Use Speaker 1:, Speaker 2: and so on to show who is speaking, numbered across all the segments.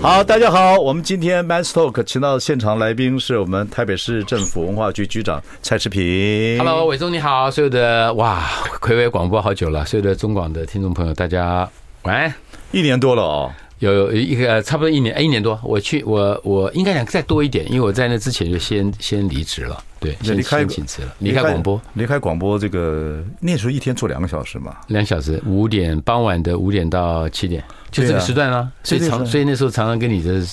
Speaker 1: 好，大家好，我们今天 Man Talk 请到现场来宾是我们台北市政府文化局局长蔡世平。
Speaker 2: Hello，伟忠你好，所有的哇，暌违广播好久了，所有的中广的听众朋友，大家晚安。
Speaker 1: 一年多了哦，
Speaker 2: 有有一个呃差不多一年，哎，一年多，我去我我应该讲再多一点，因为我在那之前就先先离职了，对，
Speaker 1: 离
Speaker 2: 先
Speaker 1: 开
Speaker 2: 先请辞了，离开广播，
Speaker 1: 离开广播这个那时候一天做两个小时嘛，
Speaker 2: 两小时，五点傍晚的五点到七点，就这
Speaker 1: 对啊
Speaker 2: 个时段啦、所以
Speaker 1: 对对
Speaker 2: 常
Speaker 1: 对
Speaker 2: 所以那时候常常跟你的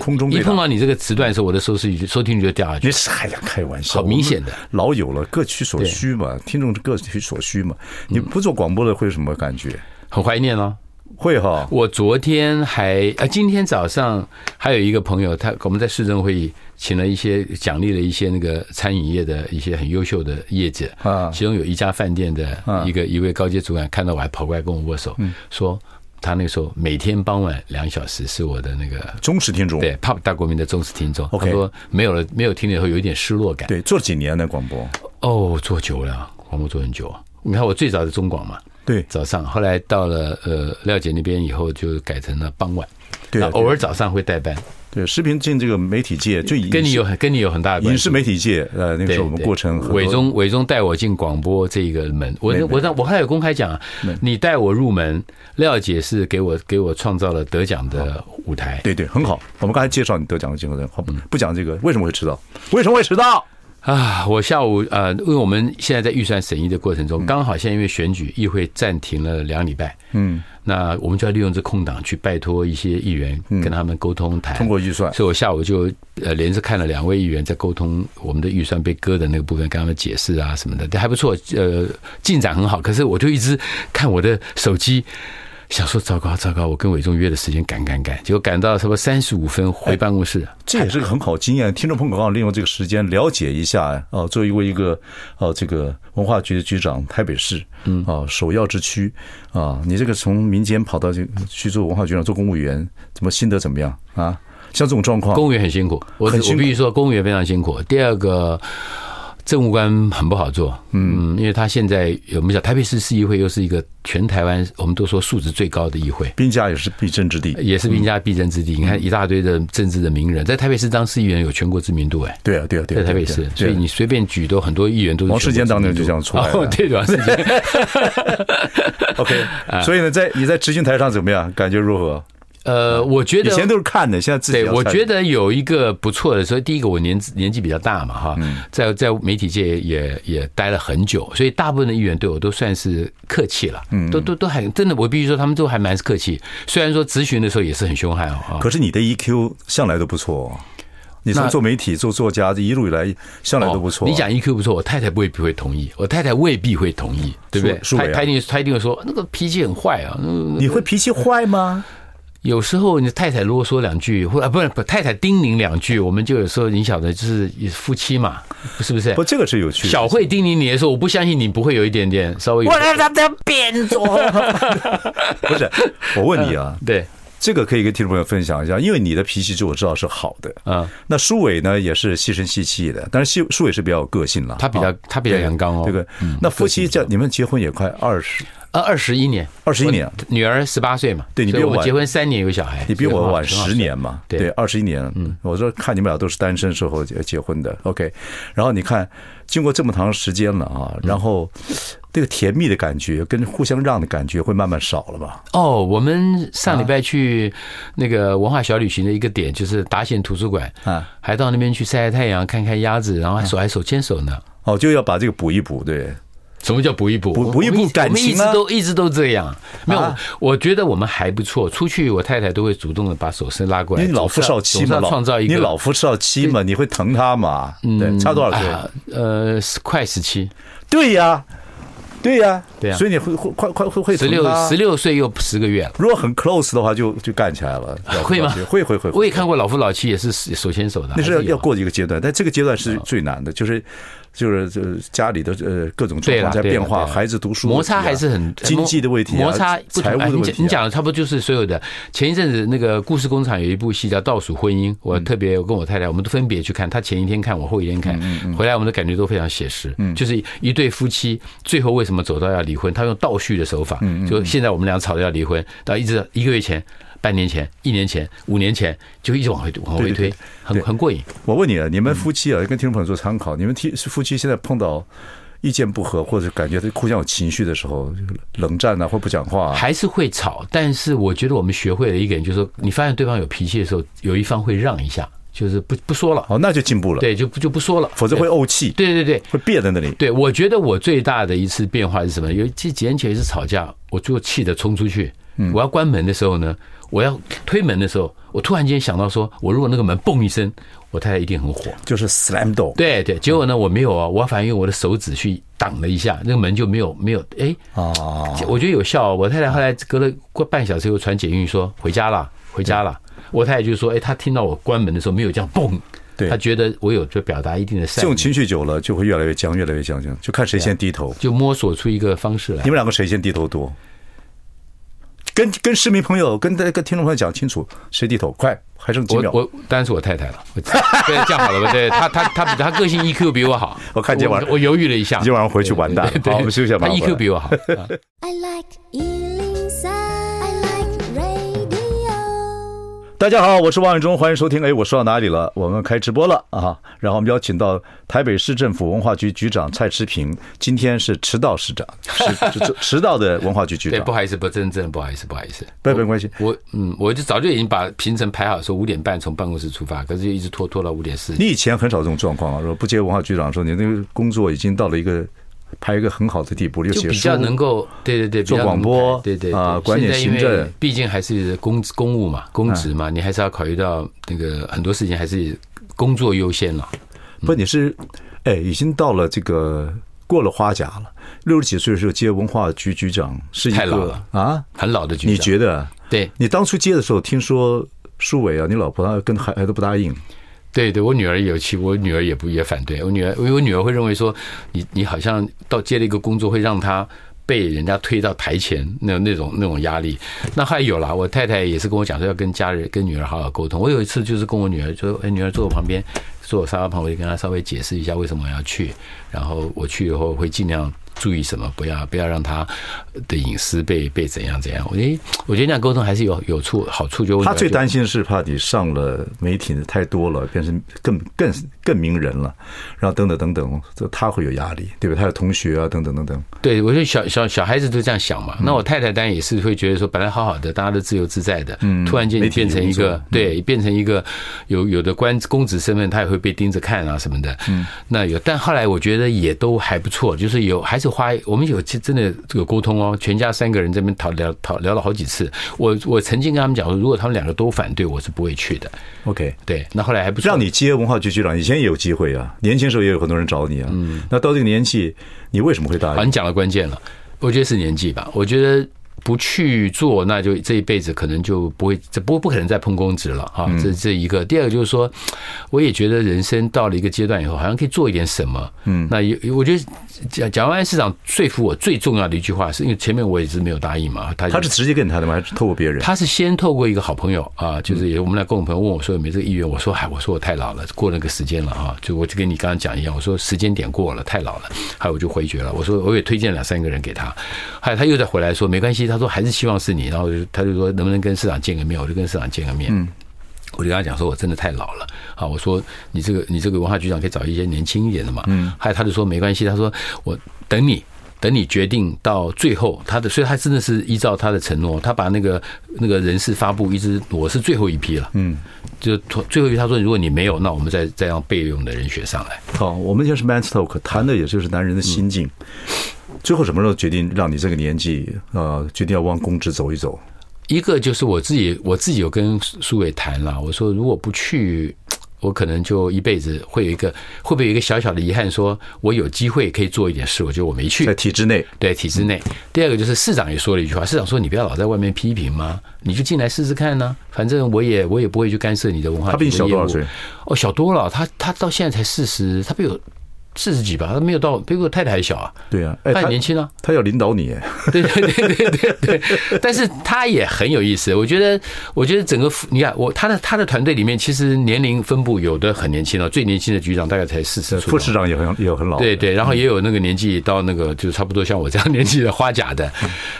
Speaker 1: 空中
Speaker 2: 一
Speaker 1: 对
Speaker 2: 碰
Speaker 1: 打。
Speaker 2: 到你这个时段的时候，我的收视率就收听率就掉下去
Speaker 1: 你。是哎呀，开玩笑，
Speaker 2: 好明显的，
Speaker 1: 老有了各取所需嘛，听众各取所需嘛。
Speaker 2: 嗯
Speaker 1: 你不做广播的会有什么感觉？
Speaker 2: 很怀念哦。
Speaker 1: 会哈，
Speaker 2: 我昨天还呃，今天早上还有一个朋友，他我们在市政会议请了一些奖励了一些那个餐饮业的一些很优秀的业者
Speaker 1: 啊
Speaker 2: 其中有一家饭店的一个一位高阶主管看到我还跑过来跟我握手，说他那时候每天傍晚两小时是我的那个
Speaker 1: 忠实听众。
Speaker 2: 对 Pop 大国民的忠实听众，他
Speaker 1: 哦 OK
Speaker 2: 说没有了没有听了以后有一点失落感，
Speaker 1: 对做了几年呢？广播
Speaker 2: 哦，做久了，广播做很久，你看我最早的中广嘛。
Speaker 1: 对
Speaker 2: 早上，后来到了呃廖姐那边以后，就改成了傍晚。
Speaker 1: 对
Speaker 2: 那
Speaker 1: 啊
Speaker 2: 偶尔早上会代班，
Speaker 1: 对，视频进这个媒体界，就影视
Speaker 2: 跟你有很跟你有很大的关
Speaker 1: 影
Speaker 2: 系。
Speaker 1: 视媒体界，呃，那个
Speaker 2: 对
Speaker 1: 时候我们
Speaker 2: 对
Speaker 1: 过程很多
Speaker 2: 伟忠伟忠带我进广播这个门，我我让我还有公开讲啊，你带我入门，廖姐是给我给我创造了得奖的舞台。
Speaker 1: 对对，很好。我们刚才介绍你得奖的经过人，好
Speaker 2: 嗯
Speaker 1: 不不讲这个，为什么会迟到？为什么会迟到？
Speaker 2: 啊，我下午呃，因为我们现在在预算审议的过程
Speaker 1: 嗯
Speaker 2: 中，刚好现在因为选举，议会暂停了两礼拜，嗯，那我们就要利用这空档去拜托一些议员，跟他们沟通谈
Speaker 1: 嗯通过预算
Speaker 2: 所以我下午就呃连着看了两位议员在沟通我们的预算被割的那个部分，跟他们解释啊什么的，还不错，呃，进展很好。可是我就一直看我的手机。想说糟糕糟糕，我跟伟忠约的时间赶赶赶，结果赶到什么三十五分回办公室，
Speaker 1: 哎这也是个很好经验，听众朋友刚好利用这个时间了解一下哦，作为一个哦这个文化局的局长，台北市，嗯，啊首要之区啊，你这个从民间跑到这个去做文化局长做公务员，怎么心得怎么样啊？像这种状况，
Speaker 2: 公务员很辛苦，我
Speaker 1: 哦很辛
Speaker 2: 我
Speaker 1: 苦
Speaker 2: 必须说公务员非常辛苦。第二个，政务官很不好做，嗯，因为他现在我们讲台北市市议会又是一个全台湾我们都说素质最高的议会。
Speaker 1: 兵家也是必争之地，
Speaker 2: 也是兵家必争
Speaker 1: 嗯
Speaker 2: 之地，你看一大堆的政治的名人，在台北市当市议员有全国知名度，哎，
Speaker 1: 对啊，对啊，对啊，
Speaker 2: 在台北市
Speaker 1: 对啊，
Speaker 2: 所以你随便举都很多议员都是
Speaker 1: 王世坚当年
Speaker 2: 年
Speaker 1: 就这样出来的
Speaker 2: 哦对的，王世坚
Speaker 1: 啊 OK，所以
Speaker 2: 啊
Speaker 1: 呢，在你在执行台上怎么样？感觉如何？
Speaker 2: 呃，我觉
Speaker 1: 以
Speaker 2: 得
Speaker 1: 前都是看的，现在自己
Speaker 2: 对，
Speaker 1: 要
Speaker 2: 我
Speaker 1: 参与
Speaker 2: 觉得有一个不错的，所以第一个我年纪年纪比较大嘛，哈，
Speaker 1: 嗯
Speaker 2: 在在媒体界也也待了很久，所以大部分的议员对我都算是客气了，
Speaker 1: 嗯
Speaker 2: 都都都很真的，我必须说他们都还蛮客气。虽然说咨询的时候也是很凶悍哦，啊
Speaker 1: 可是你的 EQ 向来都不错哦，你从
Speaker 2: 那
Speaker 1: 做媒体、做作家，一路以来向来都不错。啊
Speaker 2: 哦你讲 EQ 不错，我太太未必会同意，我太太未必会同意，对不对？
Speaker 1: 苏苏
Speaker 2: 她
Speaker 1: 伟啊
Speaker 2: 她一定她一定会说那个脾气很坏啊，嗯
Speaker 1: 你会脾气坏 吗？
Speaker 2: 有时候你太太啰嗦两句，或啊不是不太太叮咛两句，我们就有时候你晓得就是夫妻嘛，是不是？
Speaker 1: 不，这个是有趣的。
Speaker 2: 小慧叮咛你的时候，我不相信你不会有一点点稍微有
Speaker 1: 哎不 是，我问你啊，
Speaker 2: 对
Speaker 1: 这个可以跟听众朋友分享一下，因为你的脾气就我知道是好的。
Speaker 2: 啊，
Speaker 1: 那舒伟呢也是细声细气的，但是舒舒伟是比较有个性了，
Speaker 2: 他比较
Speaker 1: 啊
Speaker 2: 他比较阳刚哦
Speaker 1: 对这个，那夫妻这你们结婚也快二十，
Speaker 2: 呃，二十一年，
Speaker 1: 21年
Speaker 2: 我女儿十八岁嘛，
Speaker 1: 对你比
Speaker 2: 所以
Speaker 1: 我
Speaker 2: 我们
Speaker 1: 晚
Speaker 2: 结婚三年有小孩，
Speaker 1: 你比
Speaker 2: 所以
Speaker 1: 我
Speaker 2: 很
Speaker 1: 晚
Speaker 2: 好
Speaker 1: 十，年嘛，
Speaker 2: 对
Speaker 1: 对，二十一年。嗯，我说看你们俩都是单身时候结结婚的，OK。然后你看，经过这么长时间了
Speaker 2: 嗯
Speaker 1: 啊，然后这个甜蜜的感觉跟互相让的感觉会慢慢少了吧？
Speaker 2: 很好哦，我们上
Speaker 1: 啊
Speaker 2: 礼拜去那个文化小旅行的一个点就是达贤图书馆
Speaker 1: 啊，
Speaker 2: 还到那边去晒晒太阳，看看鸭子，然后还手还手牵手呢。
Speaker 1: 哦，就要把这个补一补，对。
Speaker 2: 什么叫补一补？
Speaker 1: 补
Speaker 2: 我
Speaker 1: 补一补
Speaker 2: 我们
Speaker 1: 感情啊
Speaker 2: 我们一直都一直都这样。没有，
Speaker 1: 啊
Speaker 2: 我觉得我们还不错。出去，我太太都会主动的把手伸拉过来。
Speaker 1: 你老夫
Speaker 2: 哎总是要
Speaker 1: 少妻
Speaker 2: 总
Speaker 1: 嘛，
Speaker 2: 是要
Speaker 1: 老
Speaker 2: 创造一个嗯
Speaker 1: 你老夫少妻嘛，你会
Speaker 2: 啊
Speaker 1: 疼他嘛？对，差多少岁？
Speaker 2: 啊？呃，十快十七。
Speaker 1: 对呀，对呀、
Speaker 2: 对呀
Speaker 1: 所以你会会快快会会
Speaker 2: 十
Speaker 1: 疼
Speaker 2: 六
Speaker 1: 他
Speaker 2: 十六岁又十个月了。
Speaker 1: 如果很 close 的话就，就干起来了，
Speaker 2: 会吗
Speaker 1: 会会会，
Speaker 2: 我也看过老夫老妻也是手牵手的，
Speaker 1: 那是
Speaker 2: 还
Speaker 1: 要
Speaker 2: 有嗯
Speaker 1: 要过一个阶段，但这个阶段是最难的，就是就是就是家里的呃各种状
Speaker 2: 对了
Speaker 1: 况在
Speaker 2: 对了
Speaker 1: 变化，
Speaker 2: 对了
Speaker 1: 孩子读书的
Speaker 2: 摩
Speaker 1: 问题啊
Speaker 2: 擦还是很
Speaker 1: 经济的问题啊，
Speaker 2: 摩擦不同
Speaker 1: 财务
Speaker 2: 哎
Speaker 1: 的
Speaker 2: 你
Speaker 1: 问
Speaker 2: 讲
Speaker 1: 题啊，
Speaker 2: 你讲的差不多就是所有的。前一阵子那个故事工厂有一部戏叫《倒数婚姻》，
Speaker 1: 嗯
Speaker 2: 我特别我跟我太太我们都分别去看，她前一天看，我后一天看，
Speaker 1: 嗯
Speaker 2: 回来我们的感觉都非常写实。就是一对夫妻最后为什么走到要离婚，他用倒叙的手法，
Speaker 1: 嗯
Speaker 2: 就现在我们俩吵着要离婚，到一直一个月前。半年前、一年前、五年前，就一直往回往回
Speaker 1: 对对
Speaker 2: 推
Speaker 1: 对，
Speaker 2: 很很过瘾。
Speaker 1: 我问你啊，你
Speaker 2: 嗯
Speaker 1: 们夫妻啊，跟听众朋友做参考，你们夫夫妻现在碰到意见不合，或者感觉互相有情绪的时候，冷战啊，或不讲话、啊，
Speaker 2: 还是会吵，但是我觉得我们学会了一点，就是说，你发现对方有脾气的时候，有一方会让一下，就是不不说了，
Speaker 1: 哦，那就进步了，
Speaker 2: 对，就不就不说了，
Speaker 1: 否则会怄气，
Speaker 2: 对对对对
Speaker 1: 会憋在那里。
Speaker 2: 对，我觉得我最大的一次变化是什么？有这几年前有一次吵架，我就气得冲出去，我要关门的时候呢，我要推门的时候，我突然间想到说，我如果那个门嘣一声，我太太一定很火。
Speaker 1: 就是 slam door，
Speaker 2: 对对，结果呢，我没有啊，我反而用我的手指去挡了一下，那个门就没有没有，哎，
Speaker 1: 啊，
Speaker 2: 我觉得有效、哦。我太太后来隔了过半小时又传简讯说回家了，回家了。我太太就说，哎，她听到我关门的时候没有这样蹦，
Speaker 1: 对
Speaker 2: 她觉得我有就表达一定的
Speaker 1: 这
Speaker 2: 善
Speaker 1: 种
Speaker 2: 意，
Speaker 1: 情绪久了就会越来越僵，越来越僵，僵就看谁先低头。
Speaker 2: 就摸索出一个方式来
Speaker 1: 你。们两个谁先低头多？跟跟市民朋友、跟大跟听众朋友讲清楚，谁低头快，还剩几
Speaker 2: 我
Speaker 1: 秒？
Speaker 2: 我当然是我太太了，我对，这样好了吧？对她她她她个性 EQ 比我好，
Speaker 1: 我看今晚上
Speaker 2: 我犹豫了一下，
Speaker 1: 今天晚上回去完蛋了
Speaker 2: 对对对
Speaker 1: 好我们休息一下马
Speaker 2: 她
Speaker 1: 上回来
Speaker 2: EQ 比我好。啊
Speaker 3: I like Ealing Sound. I like radio.
Speaker 1: 大家好，我是王永忠，欢迎收听。哎，我说到哪里了？我们开直播了啊！然后我们邀请到台北市政府文化局局长蔡池平，今天是迟到市长， 迟迟迟到的文化局局
Speaker 2: 对，
Speaker 1: 长
Speaker 2: 不。好意思，不真正不好意思，不好意思，
Speaker 1: 不没关系
Speaker 2: 我嗯，我就早就已经把行程排好，说五点半从办公室出发，可是就一直拖拖到五点四十
Speaker 1: 你以前很少这种状况啊，如果不接文化局长的时候，你那个工作已经到了一个排一个很好的地步，又
Speaker 2: 就
Speaker 1: 写
Speaker 2: 比
Speaker 1: 书
Speaker 2: 较，能够对对对，
Speaker 1: 做
Speaker 2: 比较
Speaker 1: 广
Speaker 2: 能
Speaker 1: 播
Speaker 2: 开对对
Speaker 1: 啊
Speaker 2: 对
Speaker 1: 管点
Speaker 2: 现在因为
Speaker 1: 行政嗯
Speaker 2: 毕竟还是公公务嘛，公职嘛，你还是要考虑到那个很多事情还是工作优先了。
Speaker 1: 不，你是哎，已经到了这个过了花甲了，六十几岁的时候接文化局局长是一
Speaker 2: 太老
Speaker 1: 个
Speaker 2: 了
Speaker 1: 啊？
Speaker 2: 很老的局长，
Speaker 1: 你觉得？
Speaker 2: 对
Speaker 1: 你当初接的时候，听说舒伟啊，你老婆她跟孩孩子不答应。
Speaker 2: 对对，我女儿有去，我女儿也不也反对。我女儿，因为我女儿会认为说，你你好像到接了一个工作，会让她被人家推到台前那那种那种压力。那还有啦，我太太也是跟我讲说要跟家人跟女儿好好沟通。我有一次就是跟我女儿说，哎，女儿坐我旁边，坐我沙发旁边，我就跟她稍微解释一下为什么我要去，然后我去以后会尽量。注意什么？不要不要让她的隐私被被怎样怎样？我觉得我觉得那样沟通还是有有处好处就。
Speaker 1: 她最担心的是怕你上了媒体的太多了，变成更更更名人了，然后等等等等，这她会有压力，对吧？她有同学啊，等等等等。
Speaker 2: 对，我觉得小小小孩子都这样想
Speaker 1: 嗯
Speaker 2: 嘛。那我太太当然也是会觉得说，本来好好的，大家都自由自在的，突然间你
Speaker 1: 嗯媒体嗯
Speaker 2: 变成
Speaker 1: 也
Speaker 2: 一
Speaker 1: 无所
Speaker 2: 个对，变成一个有有的官公职身份，他也会被盯着看啊什么的。嗯，那有，但后来我觉得也都还不错，就是有还是花我们有真的有沟通哦，全家三个人这边讨聊讨聊了好几次。我我曾经跟他们讲说，如果他们两个都反对，我是不会去的。
Speaker 1: OK，
Speaker 2: 对，那后来还不错
Speaker 1: 让你接文化局局长，以前也有机会啊，年轻时候也有很多人找你啊。
Speaker 2: 嗯
Speaker 1: 那到这个年纪，你为什么会答
Speaker 2: 好，
Speaker 1: 应？
Speaker 2: 你讲了关键了，我觉得是年纪吧。我觉得不去做，那就这一辈子可能就不会，这不不可能再碰公职了啊。这这一个，第二个就是说，我也觉得人生到了一个阶段以后，好像可以做一点什么。嗯，那有我觉得蒋蒋万安市长说服我最重要的一句话，是因为前面我也是没有答应嘛，他就
Speaker 1: 他是直接跟你谈的吗？还是透过别人？嗯
Speaker 2: 他是先透过一个好朋友啊，就是也我们那共同朋友问我说有没有这个意愿，我说哎，我说我太老了，过那个时间了啊，就我就跟你刚刚讲一样，我说时间点过了，太老了，还有我就回绝了，我说我也推荐两三个人给他，还有他又再回来说没关系，他说还是希望是你，然后我就他就说能不能跟市长见个面，我就跟市长见个
Speaker 1: 嗯
Speaker 2: 面，我就跟他讲说，我真的太老了啊！我说你这个你这个文化局长可以找一些年轻一点的嘛。嗯，还有他就说没关系，他说我等你。等你决定到最后，他的，所以他真的是依照他的承诺，他把那个那个人事发布一直，我是最后一批了，嗯，就最后一批。他说，如果你没有，那我们再再让备用的人选上来。
Speaker 1: 好，我们现在是 Man's Talk，谈的也就是男人的心境。最后什么时候决定让你这个年纪，呃，决定要往公职走一走？
Speaker 2: 一个就是我自己，我自己有跟苏伟谈了，我说如果不去，我可能就一辈子会有一个会不会有一个小小的遗憾，说我有机会可以做一点事，我觉得我没去
Speaker 1: 在。体制内，
Speaker 2: 对体制内。第二个就是市长也说了一句话，市长说你不要老在外面批评嘛，你就进来试试看呢、反正我也我也不会去干涉你的文化
Speaker 1: 他
Speaker 2: 局
Speaker 1: 比
Speaker 2: 的业务。
Speaker 1: 你小多少岁？
Speaker 2: 哦，小多了，他他到现在才四十，他比我四十几吧，他没有到比我太太还小啊。
Speaker 1: 对啊，哎，
Speaker 2: 他
Speaker 1: 他
Speaker 2: 很年轻啊，
Speaker 1: 他要领导你，哎
Speaker 2: 对对对对对对，但是他也很有意思。我觉得，我觉得整个你看我他的他的团队里面，其实年龄分布有的很年轻了，啊最年轻的局长大概才四十出头
Speaker 1: 副市长也很也很老，
Speaker 2: 对，对，然后也有那个年纪到那个就差不多像我这样年纪的花甲的，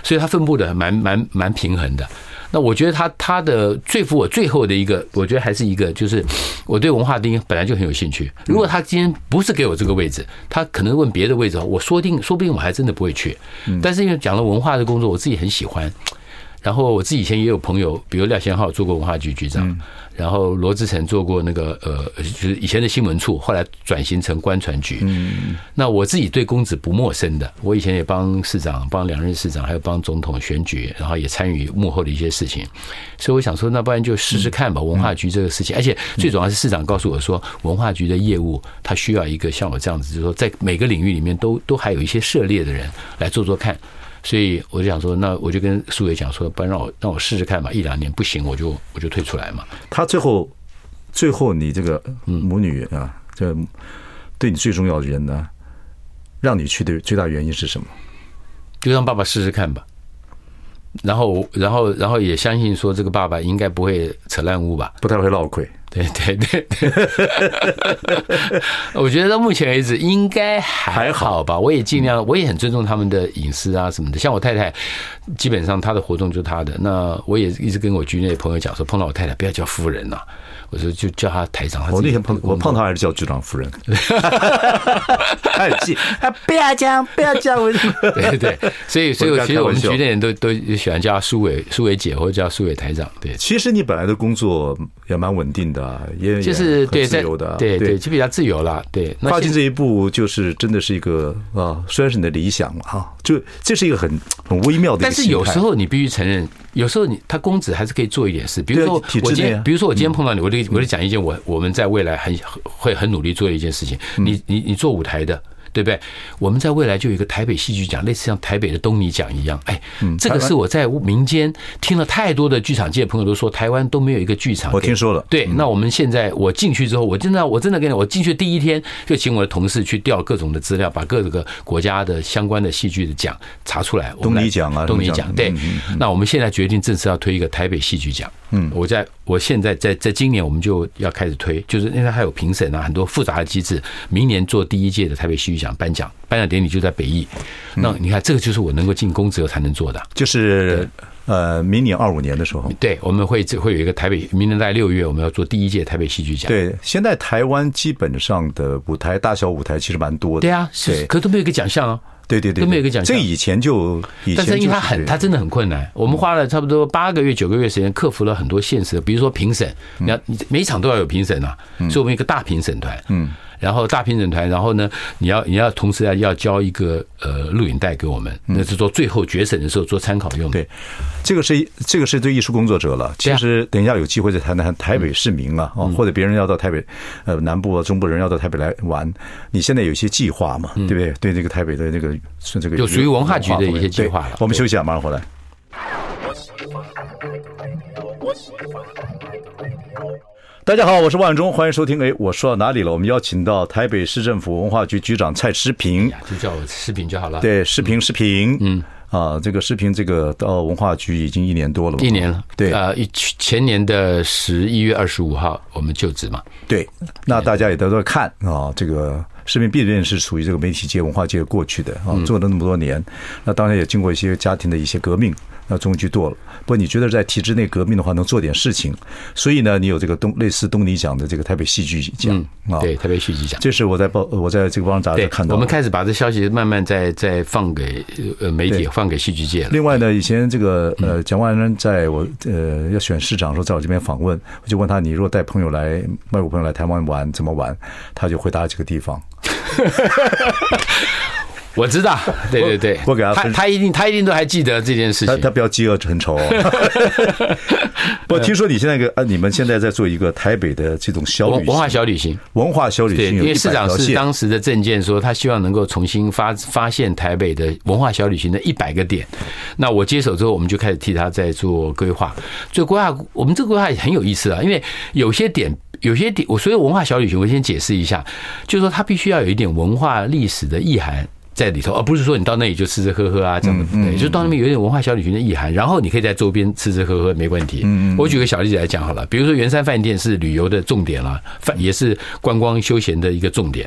Speaker 2: 所以他分布的蛮蛮蛮平衡的。那我觉得他他的最服我最后的一个，我觉得还是一个就是我对文化丁本来就很有兴趣。如果他今天不是给我这个位置，他可能问别的位置，我说定说不定我还真的不会去。但是因为讲了文化的工作，我自己很喜欢。然后我自己以前也有朋友，比如廖贤浩做过文化局局长，然后罗志成做过那个呃，就是以前的新闻处，后来转型成官船局。那我自己对公子不陌生的，我以前也帮市长、帮两任市长，还有帮总统选举，然后也参与幕后的一些事情。所以我想说，那不然就试试看吧，文化局这个事情。而且最主要是市长告诉我说，文化局的业务它需要一个像我这样子，就是说在每个领域里面都都还有一些涉猎的人来做做看。所以我就想说，那我就跟苏伟讲说，不然让我让我试试看吧，一两年不行我就我就退出来嘛。
Speaker 1: 他最后最后你这个
Speaker 2: 嗯
Speaker 1: 母女啊，这对你最重要的人呢，让你去的最大原因是什么？
Speaker 2: 就让爸爸试试看吧。然后，然后，然后也相信说这个爸爸应该不会扯烂污吧？
Speaker 1: 不太会落亏，
Speaker 2: 对对对对， 我觉得到目前为止应该还好吧。我也尽量，我也很尊重他们的隐私啊什么的。像我太太，基本上她的活动就是她的。那我也一直跟我局内的朋友讲说，碰到我太太不要叫夫人呐、啊我说就叫她台长。她
Speaker 1: 我
Speaker 2: 啊
Speaker 1: 哦
Speaker 2: 自己
Speaker 1: 那天碰我碰他还是叫局长夫 人，他很气，啊，不要这样，不要这样，我
Speaker 2: 对对，对所以所以
Speaker 1: 我
Speaker 2: 我
Speaker 1: 跟她
Speaker 2: 其实我们
Speaker 1: 开
Speaker 2: 局
Speaker 1: 玩笑
Speaker 2: 内人都都喜欢叫她苏伟苏伟姐或者叫苏伟台长。对，
Speaker 1: 其实你本来的工作也蛮稳定的啊，也
Speaker 2: 就是
Speaker 1: 也
Speaker 2: 对
Speaker 1: 很
Speaker 2: 在
Speaker 1: 自由的啊，
Speaker 2: 对对，就比较自由了。对，那
Speaker 1: 跨进
Speaker 2: 现
Speaker 1: 这一步，就是真的是一个啊，虽然是你的理想了啊，就这是一个很很微妙的一个
Speaker 2: 但是
Speaker 1: 心
Speaker 2: 有
Speaker 1: 态
Speaker 2: 时候你必须承认，有时候你他公子还是可以做一点事，比如
Speaker 1: 对啊
Speaker 2: 说
Speaker 1: 体制
Speaker 2: 我今
Speaker 1: 内啊
Speaker 2: 天，比如说我今天碰到你，我就我就讲一件我我们在未来很会很努力做的一件事情。
Speaker 1: 嗯
Speaker 2: 你你你做舞台的。对不对？我们在未来就有一个台北戏剧奖，类似像台北的东尼奖一样。哎，
Speaker 1: 嗯
Speaker 2: 这个是我在民间听了太多的剧场界的朋友都说，台湾都没有一个剧场。
Speaker 1: 我听说了
Speaker 2: 对，那我们现在我进去之后，我真的我真的跟你，我进去第一天就请我的同事去调各种的资料，把各个国家的相关的戏剧的奖查出来。我们来
Speaker 1: 东尼奖啊
Speaker 2: 东尼
Speaker 1: 什么奖
Speaker 2: 奖对
Speaker 1: 嗯。
Speaker 2: 那我们现在决定正式要推一个台北戏剧奖。嗯，我在我现在在在今年我们就要开始推，就是因为它还有评审啊，很多复杂的机制。明年做第一届的台北戏剧奖颁奖，颁奖典礼就在北艺。
Speaker 1: 嗯
Speaker 2: 那你看，这个就是我能够进公职后才能做的。
Speaker 1: 就是呃，明年二五年的时候，
Speaker 2: 对，我们会会有一个台北，明年在六月我们要做第一届台北戏剧奖。
Speaker 1: 对，现在台湾基本上的舞台大小舞台其实蛮多的，
Speaker 2: 对啊，是，
Speaker 1: 对
Speaker 2: 可都没有一个奖项啊。
Speaker 1: 对对对，
Speaker 2: 都没有一个奖项
Speaker 1: 这以前就以前
Speaker 2: 但
Speaker 1: 就是
Speaker 2: 因为它很，它真的很困难。我们花了差不多八个月、九个月时间，克服了很多现实，比如说评审，
Speaker 1: 嗯
Speaker 2: 你要你每一场都要有评审啊，所以我们有一个大评审团，嗯，然后大评审团，然后呢，你要你要同时要要交一个呃录影带给我们，那是做最后决审的时候做参考用的。
Speaker 1: 嗯对，这个是这个是对艺术工作者了。
Speaker 2: 对
Speaker 1: 其
Speaker 2: 啊嗯
Speaker 1: 实等一下有机会再谈谈台北市民啊，哦或者别人要到台北，呃，南部啊、中部人要到台北来玩，你现在有一些计划嘛，对不对？对这个台北的那个是这个
Speaker 2: 嗯就属于文化局的一些计划了
Speaker 1: 对我们
Speaker 2: 对
Speaker 1: 休息啊，马上回来。大家好，我是万忠，欢迎收听。哎，我说到哪里了？我们邀请到台北市政府文化局局长蔡诗平。
Speaker 2: 呀，就叫我视频就好了。，
Speaker 1: 对，视频视频，嗯，啊，这个视频这个到文化局已经一年多了嘛，
Speaker 2: 一年了。
Speaker 1: 对
Speaker 2: 呃，一去前年的十一月二十五号我们就职嘛。
Speaker 1: 对，那大家也都在看啊，这个视频必然是属于这个媒体界、文化界过去的啊，
Speaker 2: 嗯
Speaker 1: 做了那么多年，那当然也经过一些家庭的一些革命，那终于去做了。不过你觉得在体制内革命的话，能做点事情，所以呢，你有这个东类似东尼奖的这个台北戏剧奖
Speaker 2: 嗯，
Speaker 1: 啊，
Speaker 2: 对，，台北戏剧奖。
Speaker 1: 这是我在报我在这个报章杂志
Speaker 2: 对，
Speaker 1: 看到的，
Speaker 2: 我们开始把这消息慢慢再再放给呃媒体，放给戏剧界了。
Speaker 1: 另外呢，以前这个呃，蒋万安在我呃要选市长的时候，在我这边访问，我就问他，你如果带朋友来外国朋友来台湾玩，怎么玩？他就回答这个地方。
Speaker 2: 我 知道，对对对，
Speaker 1: 我我给他
Speaker 2: 他
Speaker 1: 分
Speaker 2: 他一定他一定都还记得这件事
Speaker 1: 他
Speaker 2: 情
Speaker 1: 他。不要饥饿成仇、哦。 我听说你现在一个啊，你们现在在做一个台北的这种小
Speaker 2: 文
Speaker 1: 旅
Speaker 2: 文化
Speaker 1: 行，
Speaker 2: 小旅行，
Speaker 1: 文化小旅
Speaker 2: 对，
Speaker 1: 行
Speaker 2: 因
Speaker 1: 有
Speaker 2: 为
Speaker 1: 一
Speaker 2: 市
Speaker 1: 百
Speaker 2: 长
Speaker 1: 条
Speaker 2: 是
Speaker 1: 线，
Speaker 2: 当时的证件说，他希望能够重新发发现台北的文化小旅行的一百个点。那我接手之后，我们就开始替他在做规划。做规划，我们这个规划也很有意思啊，因为有些点，有些点，我所以文化小旅行，我先解释一下，就是说它必须要有一点文化历史的意涵。在里头，而不是说你到那里就吃吃喝喝啊，这样的，对，就到那边有点文化小旅行的意涵，然后你可以在周边吃吃喝喝，没问题。我举个小例子来讲好了，比如说圆山饭店是旅游的重点啦，饭也是观光休闲的一个重点。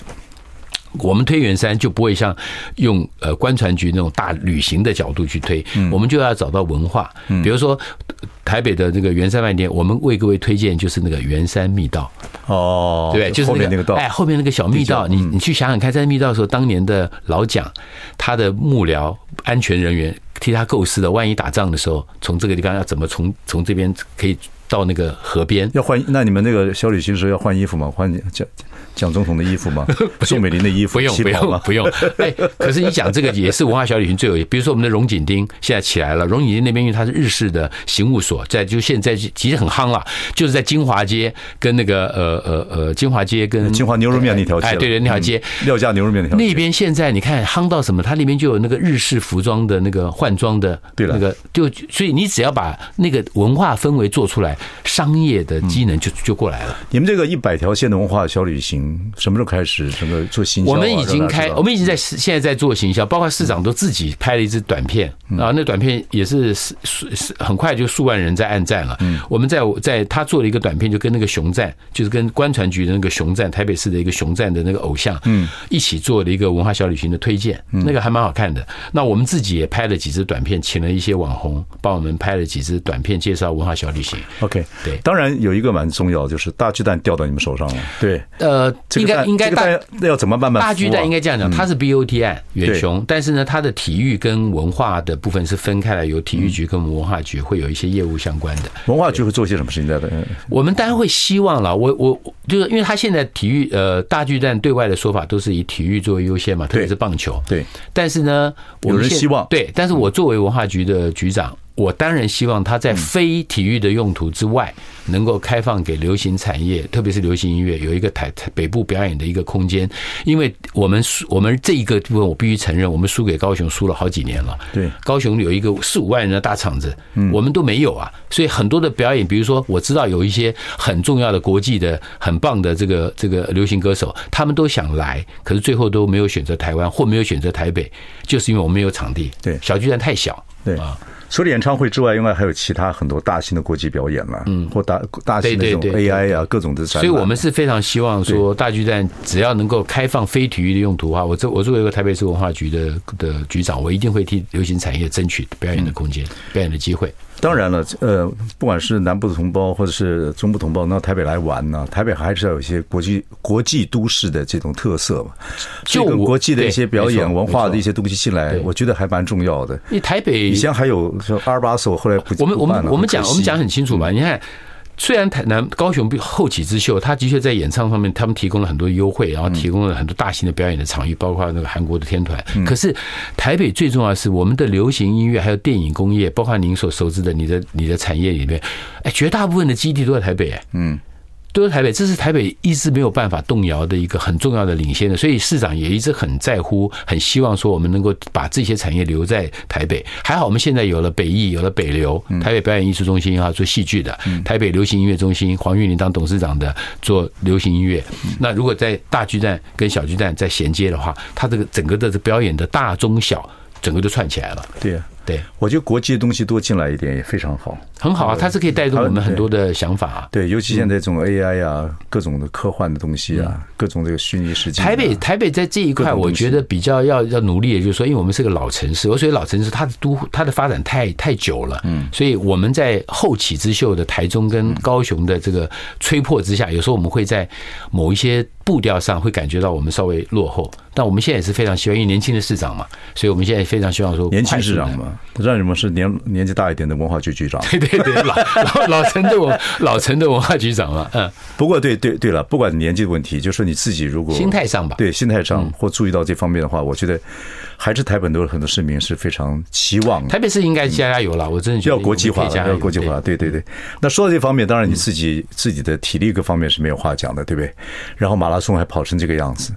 Speaker 2: 我们推圆山就不会像用呃观船局那种大旅行的角度去推，
Speaker 1: 嗯
Speaker 2: 我们就要找到文化，比如说呃台北的这个圆山饭店，我们为各位推荐就是那个圆山密道，
Speaker 1: 哦，
Speaker 2: 对，就是
Speaker 1: 后面那个道，嗯
Speaker 2: 哎，后面那个小密道，你你去想想看，在密道的时候，当年的老蒋，他的幕僚安全人员替他构思的，万一打仗的时候，从这个地方要怎么从从这边可以到那个河边，
Speaker 1: 要换。那你们那个小旅行的时候要换衣服吗？换蒋蒋总统的衣服 吗？宋美龄的衣服？
Speaker 2: 不用
Speaker 1: 旗
Speaker 2: 不
Speaker 1: 袍
Speaker 2: 用
Speaker 1: 吗？
Speaker 2: 不用。哎，可是你讲这个也是文化小旅行最有，比如说我们的荣景町现在起来了，荣 景町那边因为它是日式的刑务所，在就现在其实很夯了，就是在金华街跟那个呃呃呃金华街跟
Speaker 1: 嗯 金华牛肉面那条街了，
Speaker 2: 哎对对那条街
Speaker 1: 嗯廖家牛肉面那条街，
Speaker 2: 那边现在你看夯到什么，它那边就有那个日式服装的那个换装的，
Speaker 1: 对了
Speaker 2: 那个就所以你只要把那个文化氛围做出来，商业的机能就就过来了。
Speaker 1: 你们这个一百条线的文化小旅行什么时候开始？什么时候做新、啊？
Speaker 2: 我们已经
Speaker 1: 让大家
Speaker 2: 开
Speaker 1: 知，道
Speaker 2: 我们已经在现在在做行销，包括市长都自己拍了一支短片
Speaker 1: 嗯
Speaker 2: 啊，那短片也是数数数很快就数万人在按赞了。
Speaker 1: 嗯
Speaker 2: 我们在在他做了一个短片，就跟那个熊站，就是跟观船局的那个熊站，台北市的一个熊站的那个偶像，嗯，一起做了一个文化小旅行的推荐，
Speaker 1: 嗯
Speaker 2: 那个还蛮好看的。那我们自己也拍了几支短片，请了一些网红帮我们拍了几支短片介绍文化小旅行。
Speaker 1: OK，
Speaker 2: 对
Speaker 1: 当然有一个蛮重要，就是大巨蛋掉到你们手上了。对，
Speaker 2: 呃，
Speaker 1: 这
Speaker 2: 应
Speaker 1: 个
Speaker 2: 该
Speaker 1: 蛋
Speaker 2: 应该
Speaker 1: 这个
Speaker 2: 大
Speaker 1: 蛋要要怎么慢啊慢、
Speaker 2: 大巨蛋应该这样讲，它是 BOT 案
Speaker 1: 嗯
Speaker 2: 远
Speaker 1: 对
Speaker 2: 雄，但是呢，它的体育跟文化的部分是分开来，由体育局跟文化局会有一些业务相关的。
Speaker 1: 文化局会做些什么事情在的？嗯
Speaker 2: 我们当然会希望了，我我我就是因为它现在体育呃大巨蛋对外的说法都是以体育作为优先嘛，特别是棒球。
Speaker 1: 对，
Speaker 2: 但是呢，我
Speaker 1: 有
Speaker 2: 们
Speaker 1: 人
Speaker 2: 现
Speaker 1: 希望嗯
Speaker 2: 对，但是我作为文化局的局长，我当然希望它在非体育的用途之外，能够开放给流行产业，特别是流行音乐有一个台台北部表演的一个空间。因为我们输我们这一个部分，我必须承认，我们输给高雄输了好几年了。
Speaker 1: 对
Speaker 2: 高雄有一个四五万人的大场子，
Speaker 1: 嗯
Speaker 2: 我们都没有啊，所以很多的表演，比如说我知道有一些很重要的国际的很棒的这个这个流行歌手，他们都想来，可是最后都没有选择台湾或没有选择台北，就是因为我们没有场地，
Speaker 1: 对
Speaker 2: 小巨蛋太小，
Speaker 1: 对
Speaker 2: 啊，
Speaker 1: 除了演唱会之外，另外还有其他很多大型的国际表演了，嗯，或大大型的这种
Speaker 2: 对对对
Speaker 1: AI 啊，各种的展
Speaker 2: 所
Speaker 1: 览。
Speaker 2: 以我们是非常希望说大巨蛋只要能够开放非体育的用途的话，我作我作为一个台北市文化局的的局长，我一定会替流行产业争取表演的空间、
Speaker 1: 嗯
Speaker 2: 表演的机会。
Speaker 1: 当然了，呃，不管是南部的同胞或者是中部同胞，到台北来玩呢，台北还是要有一些国际国际都市的这种特色嘛，
Speaker 2: 就
Speaker 1: 所以跟
Speaker 2: 我
Speaker 1: 国际的一些
Speaker 2: 对
Speaker 1: 表演
Speaker 2: 没错
Speaker 1: 文化
Speaker 2: 没
Speaker 1: 的
Speaker 2: 错
Speaker 1: 一些东西进来
Speaker 2: 对，
Speaker 1: 我觉得还蛮重要的。
Speaker 2: 因为台北
Speaker 1: 以前还有像阿尔巴索，后来不
Speaker 2: 我们我
Speaker 1: 不办
Speaker 2: 们
Speaker 1: 了
Speaker 2: 我们
Speaker 1: 很可
Speaker 2: 讲
Speaker 1: 惜嗯
Speaker 2: 我们讲很清楚嘛，你看。虽然台南高雄后起之秀，他的确在演唱方面，他们提供了很多优惠，
Speaker 1: 嗯
Speaker 2: 然后提供了很多大型的表演的场域，包括那个韩国的天团。
Speaker 1: 嗯
Speaker 2: 可是台北最重要的是，我们的流行音乐还有电影工业，包括您所熟知的你的你的产业里面，哎，绝大部分的基地都在台北、哎都是台北，这是台北一直没有办法动摇的一个很重要的领先的，所以市长也一直很在乎，很希望说我们能够把这些产业留在台北。还好我们现在有了北艺，有了北流，台北表演艺术中心啊，做戏剧的，台北流行音乐中心，黄玉玲当董事长的做流行音乐。那如果在大巨蛋跟小巨蛋再衔接的话，它这个整个的这表演的大中小，整个就串起来了，
Speaker 1: 对呀、
Speaker 2: 对，
Speaker 1: 我觉得国际的东西多进来一点也非常好。
Speaker 2: 很好啊，它是可以带动我们
Speaker 1: 对
Speaker 2: 很多的想法啊。
Speaker 1: 对，尤其现在这种 AI 啊，各种的科幻的东西啊，各种这个虚拟世界啊、
Speaker 2: 嗯台北台北在这一块，我觉得比较要要努力，的就是说，因为我们是个老城市，我所以老城市它的都它的发展太太久了，嗯，所以我们在后起之秀的台中跟高雄的这个吹破之下，有时候我们会在某一些步调上会感觉到我们稍微落后。但我们现在也是非常希望，因为年轻的市长嘛，所以我们现在非常希望说，
Speaker 1: 年轻市长。嘛，让你们是年年纪大一点的文化局局长。
Speaker 2: 对对对，老老老陈的文老陈的文化局长嘛，嗯，
Speaker 1: 不过对对对了，不管年纪的问题，就是你自己如果
Speaker 2: 心态上吧嗯
Speaker 1: 对心态上或注意到这方面的话，我觉得还是台本都有很多市民是非常期望的。
Speaker 2: 台北市应该加加油了，我真的觉得
Speaker 1: 要国际化
Speaker 2: 我们可以加
Speaker 1: 了，
Speaker 2: 油
Speaker 1: 要国际化，。对对对。那说到这方面，当然你自己自己的体力各方面是没有话讲的，对不对？然后马拉松还跑成这个样子，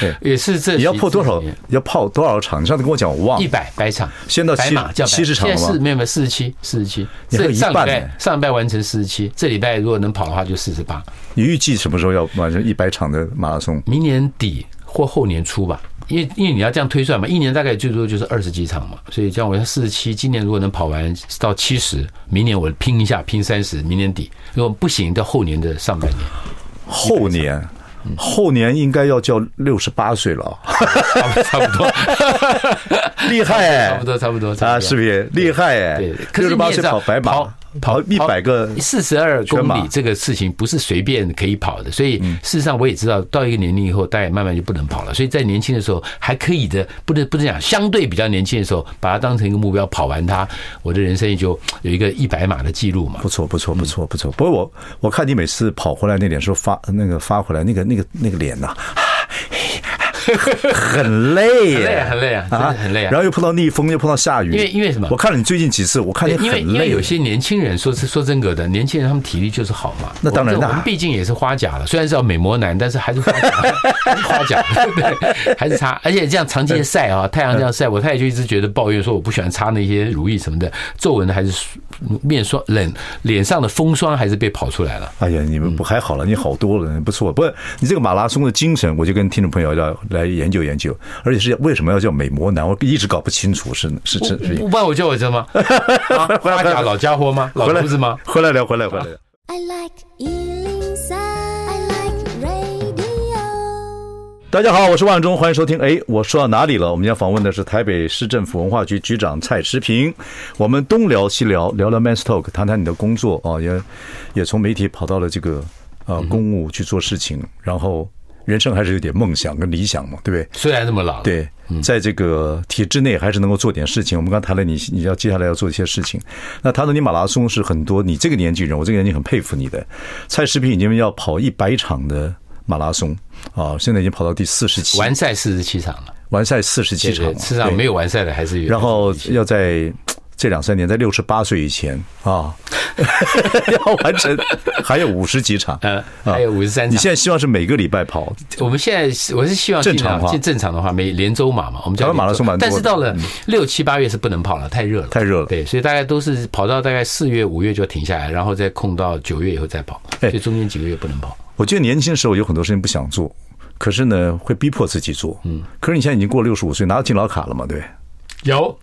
Speaker 2: 对也是这
Speaker 1: 你要破多少？要跑多少场？你上次跟我讲，我忘
Speaker 2: 一
Speaker 1: 了。
Speaker 2: 百百场，
Speaker 1: 啊先到
Speaker 2: 白
Speaker 1: 七
Speaker 2: 马叫白
Speaker 1: 七十场了
Speaker 2: 现
Speaker 1: 吗
Speaker 2: 在是没有没有四十七，四十七。
Speaker 1: 你还有
Speaker 2: 这
Speaker 1: 一
Speaker 2: 上礼
Speaker 1: 半
Speaker 2: 拜
Speaker 1: 呢
Speaker 2: 上礼拜完成四十七，这礼拜如果能跑的话就四十八，
Speaker 1: 你预计什么时候要完成一百场的马拉松？
Speaker 2: 明年底或后年初吧。因为因为你要这样推算嘛，一年大概最多就是二十几场嘛，所以这样我要四十七，今年如果能跑完到七十，明年我拼一下拼三十，明年底如果不行到后年的上半年，
Speaker 1: 后年，后年应该要叫六十八岁了，
Speaker 2: 嗯差不多差不多
Speaker 1: 厉害哎、
Speaker 2: 差不多差不多差不多
Speaker 1: 啊，是不是厉害哎、
Speaker 2: 对，
Speaker 1: 六
Speaker 2: 可
Speaker 1: 十
Speaker 2: 是你
Speaker 1: 八
Speaker 2: 也知
Speaker 1: 岁
Speaker 2: 道
Speaker 1: 跑白马，
Speaker 2: 跑
Speaker 1: 一百个
Speaker 2: 四十二
Speaker 1: 全
Speaker 2: 公
Speaker 1: 马嗯
Speaker 2: 里这个事情不是随便可以跑的，所以事实上我也知道，到一个年龄以后，大家也慢慢就不能跑了。所以在年轻的时候还可以的，不能不能讲相对比较年轻的时候，把它当成一个目标跑完它，我的人生也就有一个一百码的记录嘛
Speaker 1: 不。错，不
Speaker 2: 嗯
Speaker 1: 错，不错，不错。不过我我看你每次跑回来那脸说发那个发回来那个那个那个脸呐、 很累
Speaker 2: 很累
Speaker 1: 耶，
Speaker 2: 啊很累啊真的很累啊
Speaker 1: 然后又碰到逆风，又碰到下雨，
Speaker 2: 因为因为什么
Speaker 1: 我看了你最近几次，我看你
Speaker 2: 对因为
Speaker 1: 很
Speaker 2: 因为
Speaker 1: 累。
Speaker 2: 有些年轻人说是说真格的，年轻人他们体力就是好嘛。
Speaker 1: 那当然
Speaker 2: 我
Speaker 1: 那
Speaker 2: 们我们毕竟也是花甲了，虽然是要美魔男，但是还是花甲，还是花 甲， 对，还是差。而且这样长期的晒
Speaker 1: 嗯
Speaker 2: 啊，太阳这样晒，我太太就一直觉得抱怨说我不喜欢擦那些乳液什么的，皱纹还是面霜冷脸上的风霜还是被跑出来了。
Speaker 1: 哎呀，你
Speaker 2: 嗯
Speaker 1: 们不还好了？你好多了，不错。不，你这个马拉松的精神，我就跟听众朋友要来研究研究。而且是为什么要叫美魔男？我一直搞不清楚，是是是是。
Speaker 2: 不然我叫 我这吗？啊花甲老家伙吗？老
Speaker 1: 回来
Speaker 2: 头子吗？
Speaker 1: 回来聊，回来回来聊。
Speaker 3: I like Ealing Sound. I like radio.
Speaker 1: 大家好，我是万忠，欢迎收听。哎，我说到哪里了？我们要访问的是台北市政府文化局局长蔡时平。我们东聊西聊，聊聊 Man's Talk，谈谈你的工作啊，也也从媒体跑到了这个呃公务去做事情，然后人生还是有点梦想跟理想嘛，对不对？
Speaker 2: 虽然这么老了，
Speaker 1: 对，在这个体制内还是能够做点事情。我们刚谈了你，你要接下来要做一些事情。那谈到你马拉松是很多你这个年纪人，我这个年纪很佩服你的。蔡时平已经要跑一百场的马拉松啊，现在已经跑到第四十七，
Speaker 2: 完赛四十七场了，
Speaker 1: 完赛四十七
Speaker 2: 对
Speaker 1: 场
Speaker 2: 对，
Speaker 1: 了，
Speaker 2: 世上
Speaker 1: 对
Speaker 2: 没有完赛的还是有。
Speaker 1: 然后要在这两三年，在六十八岁以前 啊，要完成还有五十几场，
Speaker 2: 呃
Speaker 1: 啊，
Speaker 2: 还有53场
Speaker 1: 你现在希望是每个礼拜跑，
Speaker 2: 我们现在我是希望
Speaker 1: 正常化
Speaker 2: 尽量正常的话，每连州马嘛，我们叫
Speaker 1: 台湾马拉松蛮
Speaker 2: 连州
Speaker 1: 多的嗯
Speaker 2: 但是到了六七八月是不能跑了，太热了，
Speaker 1: 太热了
Speaker 2: 对，所以大概都是跑到大概四月五月就停下来，然后再空到九月以后再跑，
Speaker 1: 哎
Speaker 2: 所以中间几个月不能跑。
Speaker 1: 我觉得年轻的时候有很多事情不想做，可是呢会逼迫自己做。嗯，可是你现在已经过六十五岁，拿到敬老卡了嘛，对不对？
Speaker 2: 有，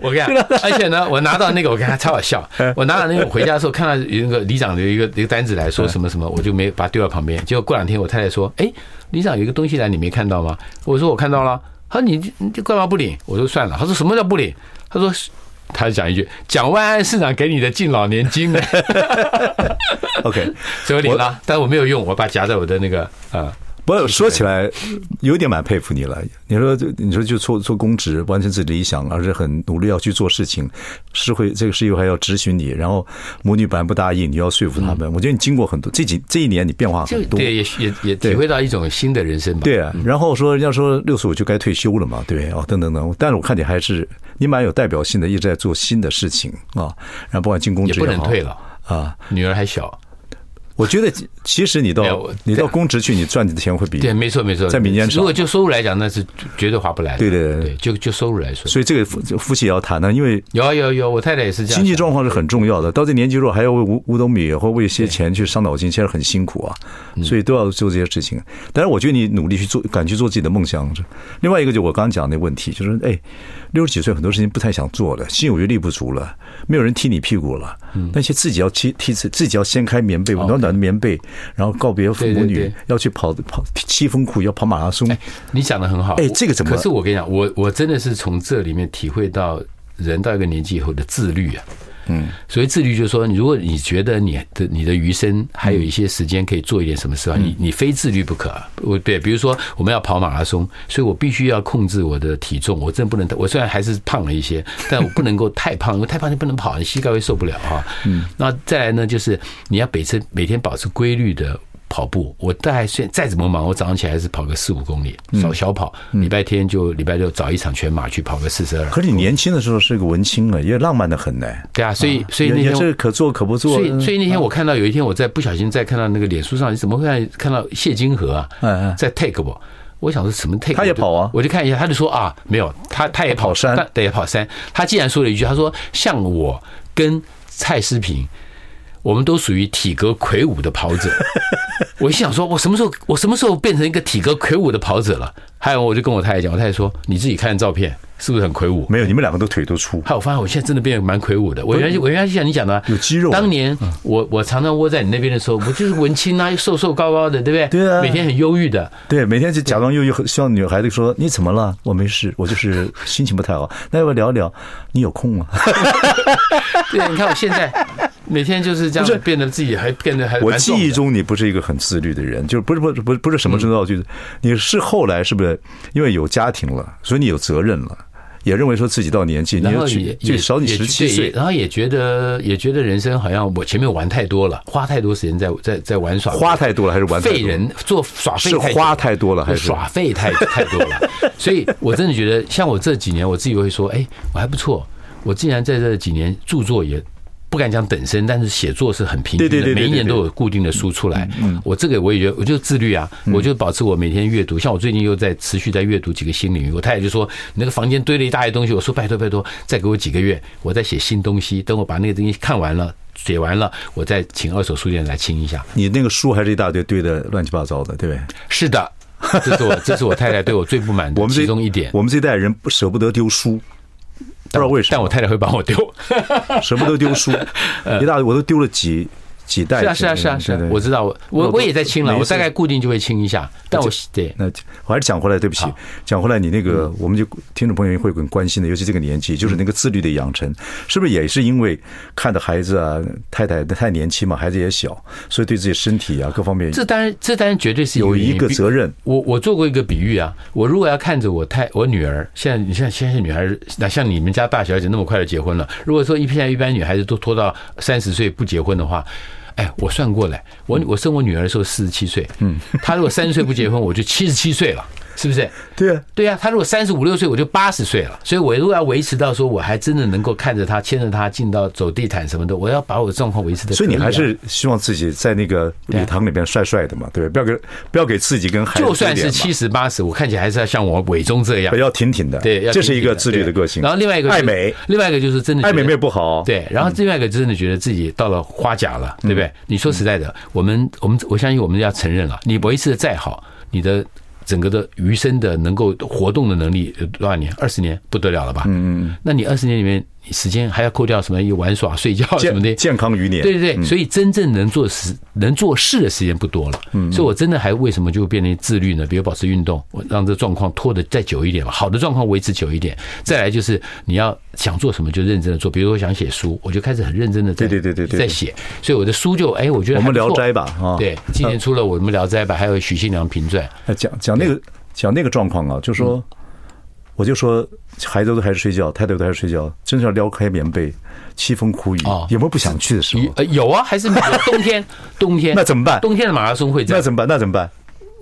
Speaker 2: 我跟你讲，而且呢，我拿到那个，我跟他超好笑。我拿到那个，我回家的时候看到有一个里长有一个一个单子来说什么什么，我就没把它丢到旁边。结果过两天我太太说：“哎，里长有一个东西来，你没看到吗？”我说：“我看到了。”他说：“你你干嘛不领？”我说：“算了。”他说：“什么叫不领？”他说：“他就讲一句，蒋万安市长给你的敬老年金呢。
Speaker 1: OK，”
Speaker 2: 所以我领了，但我没有用，我把它夹在我的那个呃。
Speaker 1: 不过说起来有点蛮佩服你了。你说这你说就做做公职，完成自己的理想，而且很努力要去做事情，是会这个事又还要执行你，然后母女本来不答应，你要说服他们。我觉得你经过很多这几这一年你变化
Speaker 2: 就
Speaker 1: 很多，
Speaker 2: 对，也也也体会到一种新的人生吧。
Speaker 1: 对啊，然后说人家说六十五就该退休了嘛，对不对？哦，等等等，但是我看你还是你蛮有代表性的，一直在做新的事情啊。然后不管进公职
Speaker 2: 也不能
Speaker 1: 好
Speaker 2: 退了
Speaker 1: 啊，
Speaker 2: 女儿还小，
Speaker 1: 我觉得其实你
Speaker 2: 没
Speaker 1: 到
Speaker 2: 有
Speaker 1: 你到公职去，你赚的钱会比
Speaker 2: 对，没错没错，
Speaker 1: 在民间少
Speaker 2: 如果就收入来讲，那是绝对划不来的。
Speaker 1: 对对对
Speaker 2: 对，就就收入来说，
Speaker 1: 所以这个夫夫妻也要谈呢，因为
Speaker 2: 有啊有啊有啊，我太太也是这样想。
Speaker 1: 经济状况是很重要的。到这年纪如果还要为五五斗米或为一些钱去伤脑筋，其实很辛苦啊，
Speaker 2: 嗯
Speaker 1: 所以都要做这些事情。但是我觉得你努力去做，敢去做自己的梦想。另外一个就我刚刚讲的问题，就是哎，六十几岁很多事情不太想做了，心有余力不足了，没有人踢你屁股了，
Speaker 2: 嗯
Speaker 1: 那些自己要踢踢自自己要掀开棉被，暖暖的棉被，然后告别父母
Speaker 2: 对对哎
Speaker 1: 女
Speaker 2: 对，
Speaker 1: 要去跑跑七风裤，要跑马拉松。
Speaker 2: 你讲的很好。
Speaker 1: 哎这个怎么
Speaker 2: 可是我跟你讲，我我真的是从这里面体会到人到一个年纪以后的自律啊。嗯，所以自律就是说，你如果你觉得你的你的余生还有一些时间可以做一点什么事啊，
Speaker 1: 嗯
Speaker 2: 你你非自律不可。我对，比如说我们要跑马拉松，所以我必须要控制我的体重，我真的不能，我虽然还是胖了一些，但我不能够太胖，因为太胖就不能跑，你膝盖会受不了哈。嗯，那再来呢，就是你要每次每天保持规律的。跑步，我大概现再怎么忙，我早上起来还是跑个四五公里，
Speaker 1: 嗯
Speaker 2: 少小跑。礼拜天就礼拜六找一场全马去跑个四十二。
Speaker 1: 可是你年轻的时候是个文青啊，也浪漫的很呢。
Speaker 2: 对啊，所以所以
Speaker 1: 也
Speaker 2: 那
Speaker 1: 也
Speaker 2: 天
Speaker 1: 是可做可不做。嗯
Speaker 2: 所以，所以那天我看到有一天，我在不小心在看到那个脸书上，你怎么会看看到谢金河啊
Speaker 1: 嗯嗯，
Speaker 2: 在 take 我？我想说什么 take？
Speaker 1: 他也
Speaker 2: 我就
Speaker 1: 跑啊
Speaker 2: 我就看一下，他就说啊，没有，他他也
Speaker 1: 跑
Speaker 2: 跑
Speaker 1: 山
Speaker 2: 他对，也跑山。他竟然说了一句，他说像我跟蔡诗平，我们都属于体格魁梧的 跑者。我一想说，我什么时候我什么时候变成一个体格魁梧的跑者了？还有，我就跟我太太讲，我太太说你自己看照片是不是很魁梧？
Speaker 1: 没有，你们两个都腿都粗，
Speaker 2: 还有，我发现我现在真的变得蛮魁梧的。我原来我原来就像你讲的啊，
Speaker 1: 有肌肉啊
Speaker 2: 当年我我常常窝在你那边的时候，我就是文青啊，又瘦瘦高高的，对不对？
Speaker 1: 对啊
Speaker 2: 每天很忧郁 的。
Speaker 1: 对，每天就假装又又像女孩子说你怎么了？我没事，我就是心情不太好。那要不要聊聊？你有空 吗？
Speaker 2: 对啊，你看我现在每天就是这样子，变得自己还变得还
Speaker 1: 我
Speaker 2: 蛮
Speaker 1: 记
Speaker 2: 重的
Speaker 1: 忆中你不是一个很自律的人，就是不是不是不是不是什么知道，就是你是后来是不是因为有家庭了，所以你有责任了，也认为说自己到年纪，你
Speaker 2: 然
Speaker 1: 要
Speaker 2: 后
Speaker 1: 去
Speaker 2: 也
Speaker 1: 最
Speaker 2: 也
Speaker 1: 少你
Speaker 2: 也
Speaker 1: 十七
Speaker 2: 对也
Speaker 1: 岁，
Speaker 2: 然后也觉得也觉得人生好像我前面玩太多了，花太多时间在在在玩耍，
Speaker 1: 花太多了还是玩太多
Speaker 2: 废人做耍废
Speaker 1: 是
Speaker 2: 太久
Speaker 1: 花太多了还是
Speaker 2: 耍废太 太多了？所以我真的觉得，像我这几年，我自己会说，哎，我还不错，我竟然在这几年著作也。不敢讲等身，但是写作是很平均的，
Speaker 1: 对对对对嗯
Speaker 2: 每一年
Speaker 1: 对
Speaker 2: 都有固定的书出来。我这个我也觉得，我就自律啊，
Speaker 1: 嗯
Speaker 2: 我就保持我每天阅读。像我最近又在持续在阅读几个新领域，我太太就说你那个房间堆了一大堆东西，我说拜托拜托，再给我几个月，我再写新东西。等我把那个东西看完了。写完了，我再请二手书店来清一下。
Speaker 1: 你那个书还是一大堆堆的乱七八糟的，对不对？
Speaker 2: 是的，这是我这是我太太对我最不满
Speaker 1: 我
Speaker 2: 的
Speaker 1: 们这
Speaker 2: 其中一点。
Speaker 1: 我们这代人不舍不得丢书，不知道为什
Speaker 2: 但
Speaker 1: 么
Speaker 2: 我太太会 帮我丢。
Speaker 1: 舍不得丢 书，一大堆我都丢了几几袋。
Speaker 2: 呃是啊，是啊，是啊，是啊，我知道，我我我也在清了，
Speaker 1: 每一
Speaker 2: 我
Speaker 1: 次
Speaker 2: 大概固定就会清一下。但我对
Speaker 1: 那我还是讲回来，对不起
Speaker 2: 好，嗯
Speaker 1: 讲回来，你那个我们就听众朋友会很关心的，尤其这个年纪，就是那个自律的养成，是不是也是因为看着孩子啊、太太太年轻嘛，孩子也小，所以对自己身体啊各方面
Speaker 2: 这当然，这当然绝对是
Speaker 1: 有
Speaker 2: 原因
Speaker 1: 一个责任。
Speaker 2: 我我做过一个比喻啊，我如果要看着我太我女儿，现在你像现在女孩，那像你们家大小姐那么快就结婚了，如果说一现在一般女孩子都拖到三十岁不结婚的话。哎，我算过了，我我生我女儿的时候四十七岁，嗯，她如果三十岁不结婚，我就七十七岁了，是不是？
Speaker 1: 对啊，
Speaker 2: 对呀、他如果三十五六岁，我就八十岁了，所以我如果要维持到说我还真的能够看着他牵着他进到走地毯什么的，我要把我的状况维持的、
Speaker 1: 所以你还是希望自己在那个礼堂里边帅帅的嘛，对不对？不要给不要给自己跟孩子
Speaker 2: 啊就算
Speaker 1: 丢
Speaker 2: 是
Speaker 1: 脸嘛
Speaker 2: 七十八十，我看起来还是要像我伟忠这样，
Speaker 1: 要挺挺的，
Speaker 2: 对，要
Speaker 1: 这是一个
Speaker 2: 挺挺
Speaker 1: 自律的
Speaker 2: 对
Speaker 1: 个性。
Speaker 2: 然后另外一个就是
Speaker 1: 爱美，
Speaker 2: 另外一个就是真的觉
Speaker 1: 爱
Speaker 2: 得
Speaker 1: 美没有不好，，嗯
Speaker 2: 对，然后另外一个真的觉得自己到了花甲了，对不对？你说实在的，我们我们我相信我们要承认了，你维持的再好，你的整个的余生的能够活动的能力有多少年？二十年不得了了吧？嗯嗯。那你二十年里面，你时间还要扣掉什么？玩耍、睡觉什么的
Speaker 1: 健。健康余年，
Speaker 2: 对对对，所以真正能做事、能做事的时间不多了。
Speaker 1: 嗯
Speaker 2: 所以我真的还为什么就变成自律呢？比如保持运动，我让这状况拖得再久一点吧，好的状况维持久一点。再来就是你要想做什么就认真的做，比如说我想写书，我就开始很认真的在
Speaker 1: 对对对对对
Speaker 2: 在写，所以我的书就哎，我觉得
Speaker 1: 我们
Speaker 2: 还不
Speaker 1: 聊
Speaker 2: 错
Speaker 1: 斋吧啊，
Speaker 2: 对，今年出了我们聊斋吧，还有许信良评传，
Speaker 1: 呃，讲讲那个讲那个状况啊，就
Speaker 2: 嗯
Speaker 1: 说，我就说孩子都还是睡觉，太太都还是睡觉，真是要撩开棉被，凄风苦雨，
Speaker 2: 哦
Speaker 1: 有没有不想去的时候？
Speaker 2: 呃有啊，还是有冬 天冬天
Speaker 1: 哦那怎么办
Speaker 2: 冬天的马拉松会这
Speaker 1: 那
Speaker 2: 样，
Speaker 1: 怎么办？那怎么办？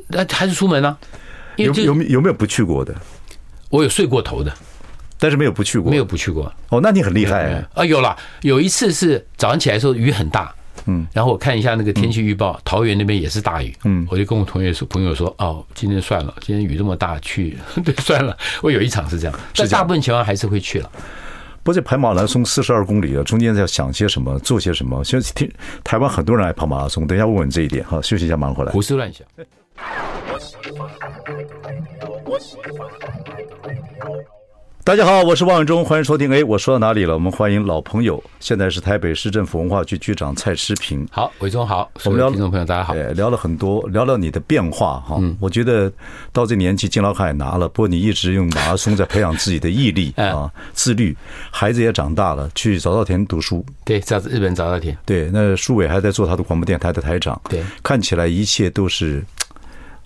Speaker 2: 那还是出门啊，因
Speaker 1: 有
Speaker 2: 为
Speaker 1: 有
Speaker 2: 就
Speaker 1: 没有没有不去过的？
Speaker 2: 我有睡过头的，
Speaker 1: 但是没有不去过，
Speaker 2: 没有不去过。
Speaker 1: 哦，那你很厉
Speaker 2: 嗯
Speaker 1: 害，
Speaker 2: 啊，有啦，有一次是早上起来的时候雨很大，嗯，然后我看一下那个天气预报，桃园那边也是大雨，嗯，我就跟我同学说朋友说，哦，今天算了，今天雨这么大，去 对算了。我有一场是这样，但大部分情况还是会去了。
Speaker 1: 不是跑马拉松四十二公里啊，中间在想些什么，做些什么？其实听台湾很多人爱跑马拉松，等一下问问这一点哈，休息一下马上回来。
Speaker 2: 胡思乱想，
Speaker 1: 大家好，我是王永忠，欢迎收听。哎，我说到哪里了？我们欢迎老朋友，现在是台北市政府文化局局长蔡诗平。
Speaker 2: 好，伟忠好，
Speaker 1: 我
Speaker 2: 所
Speaker 1: 们
Speaker 2: 有
Speaker 1: 聊
Speaker 2: 听众朋友大家好。嗯
Speaker 1: 呃聊了很多，聊聊你的变化哈。我觉得到这年纪，敬老卡也拿了，不过你一直用马拉松在培养自己的毅力
Speaker 2: 嗯
Speaker 1: 啊、自律。孩子也长大了，去早稻田读书。
Speaker 2: 对，这样子日本早稻田，
Speaker 1: 对，那舒伟还在做他的广播电台的台长。
Speaker 2: 对，
Speaker 1: 看起来一切都是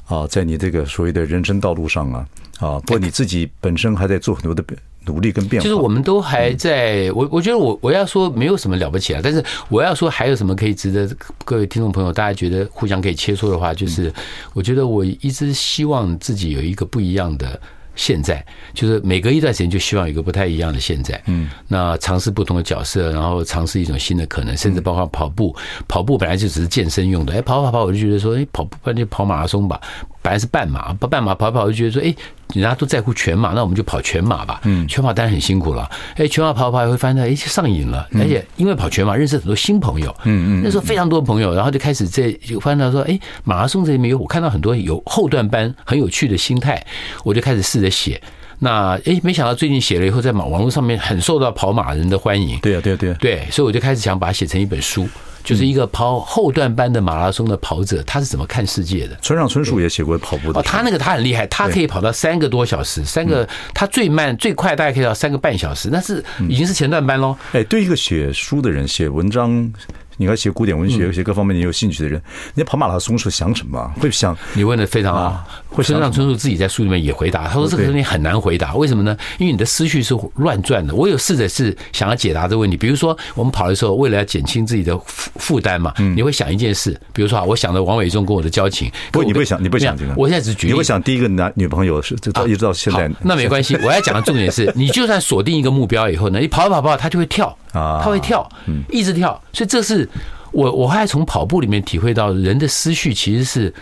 Speaker 1: 啊，在你这个所谓的人生道路上啊啊，不过你自己本身还在做很多的努力跟变化。嗯
Speaker 2: 就是我们都还在，我我觉得我我要说没有什么了不起啊，但是我要说还有什么可以值得各位听众朋友大家觉得互相可以切磋的话，就是
Speaker 1: 嗯
Speaker 2: 我觉得我一直希望自己有一个不一样的。现在就是每隔一段时间就希望有一个不太一样的现在，嗯，那尝试不同的角色，然后尝试一种新的可
Speaker 1: 嗯
Speaker 2: 能，甚至包括跑步。跑步本来就只是健身用的，哎，跑跑跑，我就觉得说，哎，跑步不然就跑马拉松吧，本来是半马，不半马跑一跑，我就觉得说，哎，人家都在乎全马，那我们就跑全马吧。嗯，全马当然很辛苦了，哎，全马跑跑会发现，哎，上瘾了，而且因为跑全马认识很多新朋友，嗯嗯，那时候非常多朋友，然后就开始在就发现到说，哎，马拉松这里面有我看到很多有后段班很有趣的心态，我就开始试着写。那哎，没想到最近写了以后，在网网络上面很受到跑马人的欢迎，
Speaker 1: 对呀、对呀、对呀、
Speaker 2: 对，啊嗯所以我就开始想把它写成一本书，就是一个跑后段班的马拉松的跑者，他是怎么看世界的。
Speaker 1: 村上春树也写过跑步的
Speaker 2: 哦，他那个他很厉害，他可以跑到三个多小时，三
Speaker 1: 嗯
Speaker 2: 个他最慢最快大概可以到三个半小时，那是已经是前段班喽。
Speaker 1: 哎，对一个写书的人、写文章，你看写古典文
Speaker 2: 嗯
Speaker 1: 学、写各方面你有兴趣的人，你跑马拉松时候想什么啊？会想
Speaker 2: 你问的非常好
Speaker 1: 啊，会想
Speaker 2: 村上春树自己在书里面也回答，他说这个
Speaker 1: 哦对
Speaker 2: 东西很难回答，为什么呢？因为你的思绪是乱转的。我有试着是想要解答这个问题，比如说我们跑的时候，为了要减轻自己的负负担嘛，
Speaker 1: 嗯
Speaker 2: 你会想一件事，比如说啊，我想着王伟忠跟我的交情，
Speaker 1: 不
Speaker 2: 跟我
Speaker 1: 你
Speaker 2: 的
Speaker 1: 会想你不会想这个
Speaker 2: 我现在只举例，
Speaker 1: 你会想第一个男女朋友是这到一直到现在
Speaker 2: 啊好，那没关 系。我要讲的重点是，你就算锁定一个目标以后呢，你跑一跑跑，它就会跳，
Speaker 1: 啊
Speaker 2: 它会跳，一直跳。所以这是我我还从跑步里面体会到，人的思绪其实是。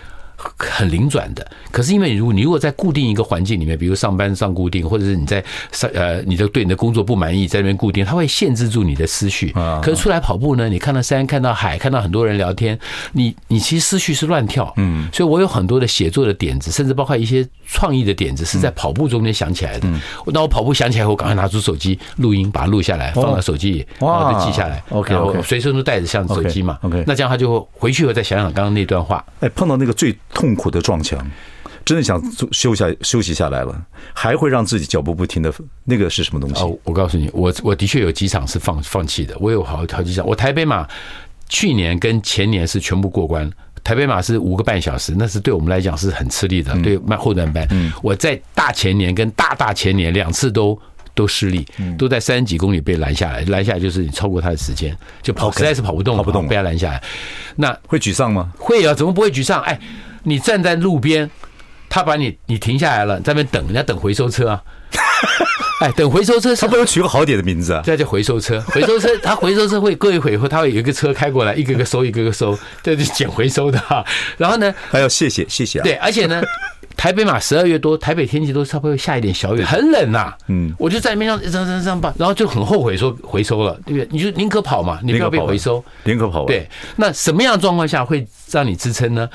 Speaker 2: 很灵转的，可是因为如果你如果在固定一个环境里面，比如上班上固定，或者是你在上呃你的对你的工作不满意，在那边固定，它会限制住你的思绪。
Speaker 1: 啊
Speaker 2: 可是出来跑步呢，你看到山，看到海，看到很多人聊天，你你其实思绪是乱跳，嗯，所以我有很多的写作的点子，甚至包括一些创意的点子是在跑步中间想起来的。那我跑步想起来后，我赶快拿出手机录音，把它录下来，放到手机里，然
Speaker 1: 哇
Speaker 2: 后就记下来。
Speaker 1: OK，OK
Speaker 2: 然后随身都带着像手机嘛
Speaker 1: OK，OK
Speaker 2: 那这样他就会回去以后再想想刚刚那段话。
Speaker 1: 哎碰到那个最痛苦的撞墙，真的想做休下休息下来了，还会让自己脚步不停的那个是什么东西？
Speaker 2: 哦，我告诉你，我我的确有几场是放放弃的，我有好好几场。我台北马去年跟前年是全部过关，台北马是五个半小时，那是对我们来讲是很吃力的，
Speaker 1: 嗯
Speaker 2: 对慢后段班。我在大前年跟大大前年两次都。都失利，
Speaker 1: 嗯
Speaker 2: 都在三十几公里被拦下来，拦下来就是你超过他的时间，就跑，
Speaker 1: OK
Speaker 2: 实在是跑不动了，
Speaker 1: 跑不动了
Speaker 2: 被他拦下来。那
Speaker 1: 会沮丧吗？
Speaker 2: 会啊，怎么不会沮丧？哎，你站在路边，他把你你停下来了，在那边等，人家等回收车 啊。哎，等回收车是
Speaker 1: 他不能取个好点的名字啊？
Speaker 2: 这叫回收车，回收车，它回收车会过一会以后，它会有一个车开过来，一个个收，一个个收，这就是捡回收的哈、然后呢，
Speaker 1: 还要谢谢谢谢啊！
Speaker 2: 对，而且呢，台北嘛，十二月多，台北天气都差不多下一点小雨，很冷呐、嗯，我就在那边这样这样这样这样吧，然后就很后悔说回收了，对不对？你就宁可跑嘛，你不
Speaker 1: 联
Speaker 2: 要
Speaker 1: 合
Speaker 2: 被
Speaker 1: 跑完
Speaker 2: 回收。，
Speaker 1: 联合跑完，
Speaker 2: 对，那什么样的状况下会让你支撑呢？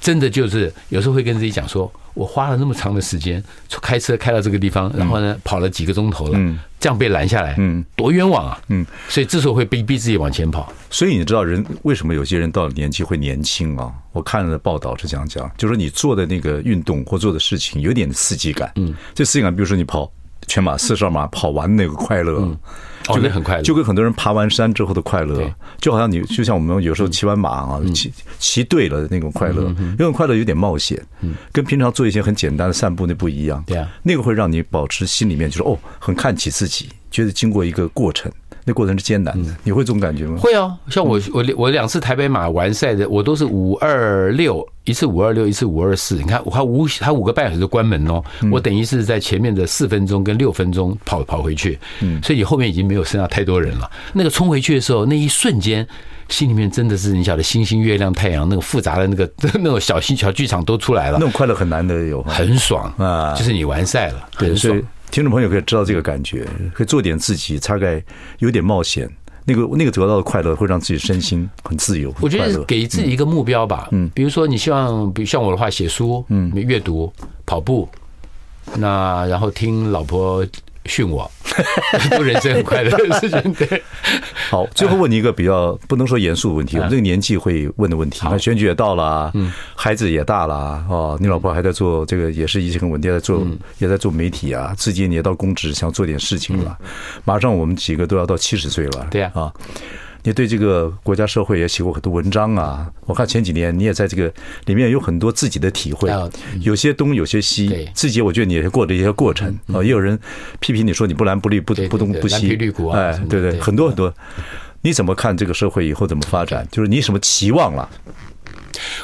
Speaker 2: 真的就是有时候会跟自己讲说，我花了那么长的时间开车开到这个地方，然后呢跑了几个钟头了，这样被拦下来，嗯，多冤枉啊，嗯，所以这时候会逼逼自己往前跑，
Speaker 1: 所以你知道人为什么有些人到了年纪会年轻啊？我看了报道是这样讲，就说你做的那个运动或做的事情有点刺激感，嗯，这刺激感，比如说你跑全马、四十二马跑完那个快乐，
Speaker 2: 哦那很快乐
Speaker 1: 就跟很多人爬完山之后的快乐
Speaker 2: 对，嗯
Speaker 1: 就好像你就像我们有时候骑完马啊，骑骑对了那种快乐，那种快乐有点冒险，跟平常做一些很简单的散步那不一样，
Speaker 2: 嗯对啊
Speaker 1: 那个会让你保持心里面就是哦，很看起自己，觉得经过一个过程，那过程是艰难
Speaker 2: 嗯
Speaker 1: 的，你会这种嗯感觉吗？
Speaker 2: 会哦，像我我我两次台北马完赛的，我都是五二六，一次五二六，一次五二四。你看，我还五还五个半小时就关门哦，
Speaker 1: 嗯
Speaker 2: 我等于是在前面的四分钟跟六分钟跑跑回去，
Speaker 1: 嗯
Speaker 2: 所以你后面已经没有剩下太多人了。那个冲回去的时候，那一瞬间。心里面真的是你晓得星星、月亮、太阳那个复杂的那个 那种小戏小剧场都出来了
Speaker 1: 那，种快乐很难得有哈。
Speaker 2: 很爽
Speaker 1: 啊
Speaker 2: 就是你完赛了，
Speaker 1: 对，
Speaker 2: 很
Speaker 1: 所
Speaker 2: 爽
Speaker 1: 以。听众朋友可以知道这个感觉，可以做点自己，大概有点冒险，那个那个得到的快乐会让自己身心很自由，
Speaker 2: 我
Speaker 1: 很
Speaker 2: 觉
Speaker 1: 快
Speaker 2: 得是
Speaker 1: 乐。
Speaker 2: 给自己一个目标吧，嗯，比如说你希望，比如像我的话，写书，嗯，阅读、跑步，那然后听老婆训我， 都人生很快乐的事 情。对，
Speaker 1: 好， 最后问你一个比较不能说严肃的问题，
Speaker 2: 哎
Speaker 1: 我们这个年纪会问的问题。那选举也到了啊，
Speaker 2: 嗯
Speaker 1: 孩子也大了啊，哦，你老婆还在做这个，也是一直很稳定在做，
Speaker 2: 嗯
Speaker 1: 也在做媒体啊，自己也到公职，想做点事情了。马上我们几个都要到七十岁了，
Speaker 2: 嗯对啊
Speaker 1: 啊。你对这个国家社会也写过很多文章啊，我看前几年你也在这个里面有很多自己的体会
Speaker 2: 啊，
Speaker 1: 有些东有些西
Speaker 2: 对，嗯
Speaker 1: 自己我觉得你也过的一些过程啊，也有人批评你说你不蓝不绿不
Speaker 2: 对对
Speaker 1: 不东
Speaker 2: 对
Speaker 1: 不西，
Speaker 2: 蓝皮绿骨啊
Speaker 1: 哎
Speaker 2: 什么，的
Speaker 1: 对对，
Speaker 2: 对
Speaker 1: 很多很多。你怎么看这个社会以后怎么发展？就是你什么期望了？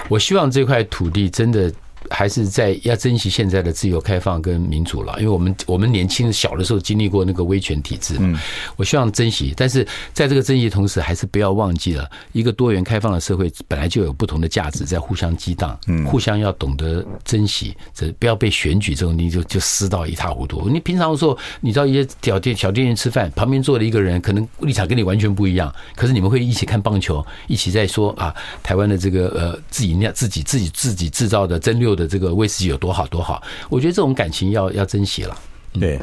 Speaker 2: 我希望这块土地真的还是在要珍惜现在的自由、开放跟民主了，因为我们我们年轻小的时候经历过那个威权体制嘛，我希望珍惜。但是在这个珍惜的同时，还是不要忘记了一个多元开放的社会本来就有不同的价值在互相激荡，互相要懂得珍惜，这不要被选举这种东西就就撕到一塌糊涂。你平常的时候，你到一些小店小店员吃饭，旁边坐的一个人可能立场跟你完全不一样，可是你们会一起看棒球，一起在说啊，台湾的这个呃自己酿自己自己自己制造的蒸馏的这个威士忌有多好多好。我觉得这种感情要要珍惜了。
Speaker 1: 对，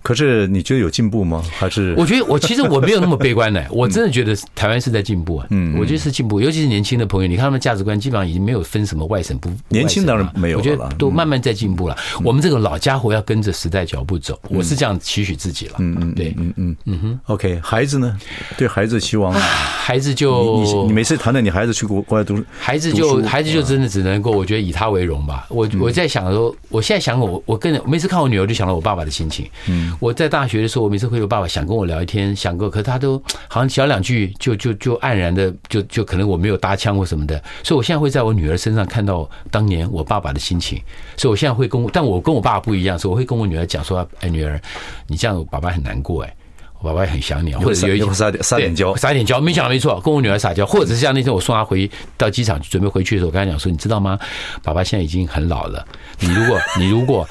Speaker 1: 可是你觉得有进步吗？还是
Speaker 2: 嗯我觉得我其实我没有那么悲 观的，我真的觉得台湾是在进步啊。嗯，我觉得是进步，尤其是年轻的朋友，你看他们价值观基本上已经没有分什么外省不
Speaker 1: 年轻当然没有
Speaker 2: 我
Speaker 1: 了
Speaker 2: 觉
Speaker 1: 啦嗯
Speaker 2: 得都慢慢在进步了。我们这个老家伙要跟着时代脚步走，我是这样期许自己了。嗯嗯，啊对，
Speaker 1: OK？孩子呢？对孩子的期望呢？
Speaker 2: 孩子
Speaker 1: 你你
Speaker 2: 就
Speaker 1: 你每次谈到你孩子去国国外读书，
Speaker 2: 孩子
Speaker 1: 读
Speaker 2: 就
Speaker 1: 书嗯
Speaker 2: 孩子就真的只能够，我觉得以他为荣吧。我我在想说，我现在想我我跟我每次看我女儿就想到我爸爸的心情。嗯，我在大学的时候，我每次会有爸爸想跟我聊一天，想过，可是 他都好像讲两句就就就黯然的，就就可能我没有搭腔或什么的，所以我现在会在我女儿身上看到当年我爸爸的心情。所以我现在会跟我，但我跟我爸爸不一样，所以我会跟我女儿讲说，哎，女儿，你这样我爸爸很难过哎、我爸爸很想你啊，或者有一
Speaker 1: 你会撒点撒点娇
Speaker 2: 对，撒点娇，没想到没错，跟我女儿撒娇，或者是像那天我送她回到机场准备回去的时候，我跟她讲说，你知道吗？爸爸现在已经很老了，你如果 你如果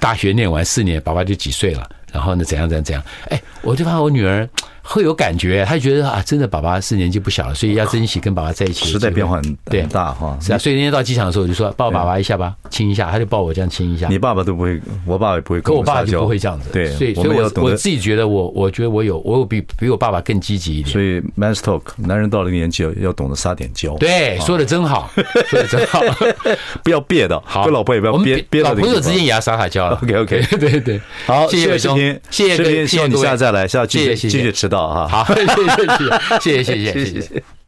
Speaker 2: 大学念完四年，爸爸就几岁了，然后呢怎样怎样怎样，哎，我就怕我女儿。会有感觉，她觉得啊，真的爸爸是年纪不小了，所以要珍惜跟爸爸在一起的机会。
Speaker 1: 时代变化很
Speaker 2: 对
Speaker 1: 很大哈。
Speaker 2: 是啊，所以那天到机场的时候，我就说抱爸爸一下吧，亲一下，他就抱我这样亲一下。
Speaker 1: 你爸爸都不会，我爸爸也不会
Speaker 2: 可
Speaker 1: 跟
Speaker 2: 我
Speaker 1: 们撒娇，
Speaker 2: 爸就不会这样子，
Speaker 1: 对，
Speaker 2: 所以所
Speaker 1: 我
Speaker 2: 以
Speaker 1: 们要
Speaker 2: 我
Speaker 1: 懂
Speaker 2: 我
Speaker 1: 得
Speaker 2: 自己觉得我我觉得我有我有比比我爸爸更积极一点
Speaker 1: 所。以 man's talk，男人到了年纪要要懂得撒点娇，，
Speaker 2: 对，说的 真好，说的真好。
Speaker 1: 不要憋的，
Speaker 2: 好，
Speaker 1: 跟老婆也不要
Speaker 2: 我们
Speaker 1: 憋憋到
Speaker 2: 老
Speaker 1: 这个
Speaker 2: 朋
Speaker 1: 地
Speaker 2: 友
Speaker 1: 方
Speaker 2: 之间也要撒撒娇了。啊
Speaker 1: OK，OK
Speaker 2: 对对对，
Speaker 1: 好，
Speaker 2: 谢
Speaker 1: 谢
Speaker 2: 伟
Speaker 1: 视
Speaker 2: 忠
Speaker 1: 频，，
Speaker 2: 谢谢
Speaker 1: 视
Speaker 2: 各位
Speaker 1: 频，希望你
Speaker 2: 各位
Speaker 1: 下次再来，下次继续
Speaker 2: 谢谢谢
Speaker 1: 继续
Speaker 2: 谢。
Speaker 1: 迟到哈。
Speaker 2: 好，谢谢谢谢谢谢谢谢谢谢。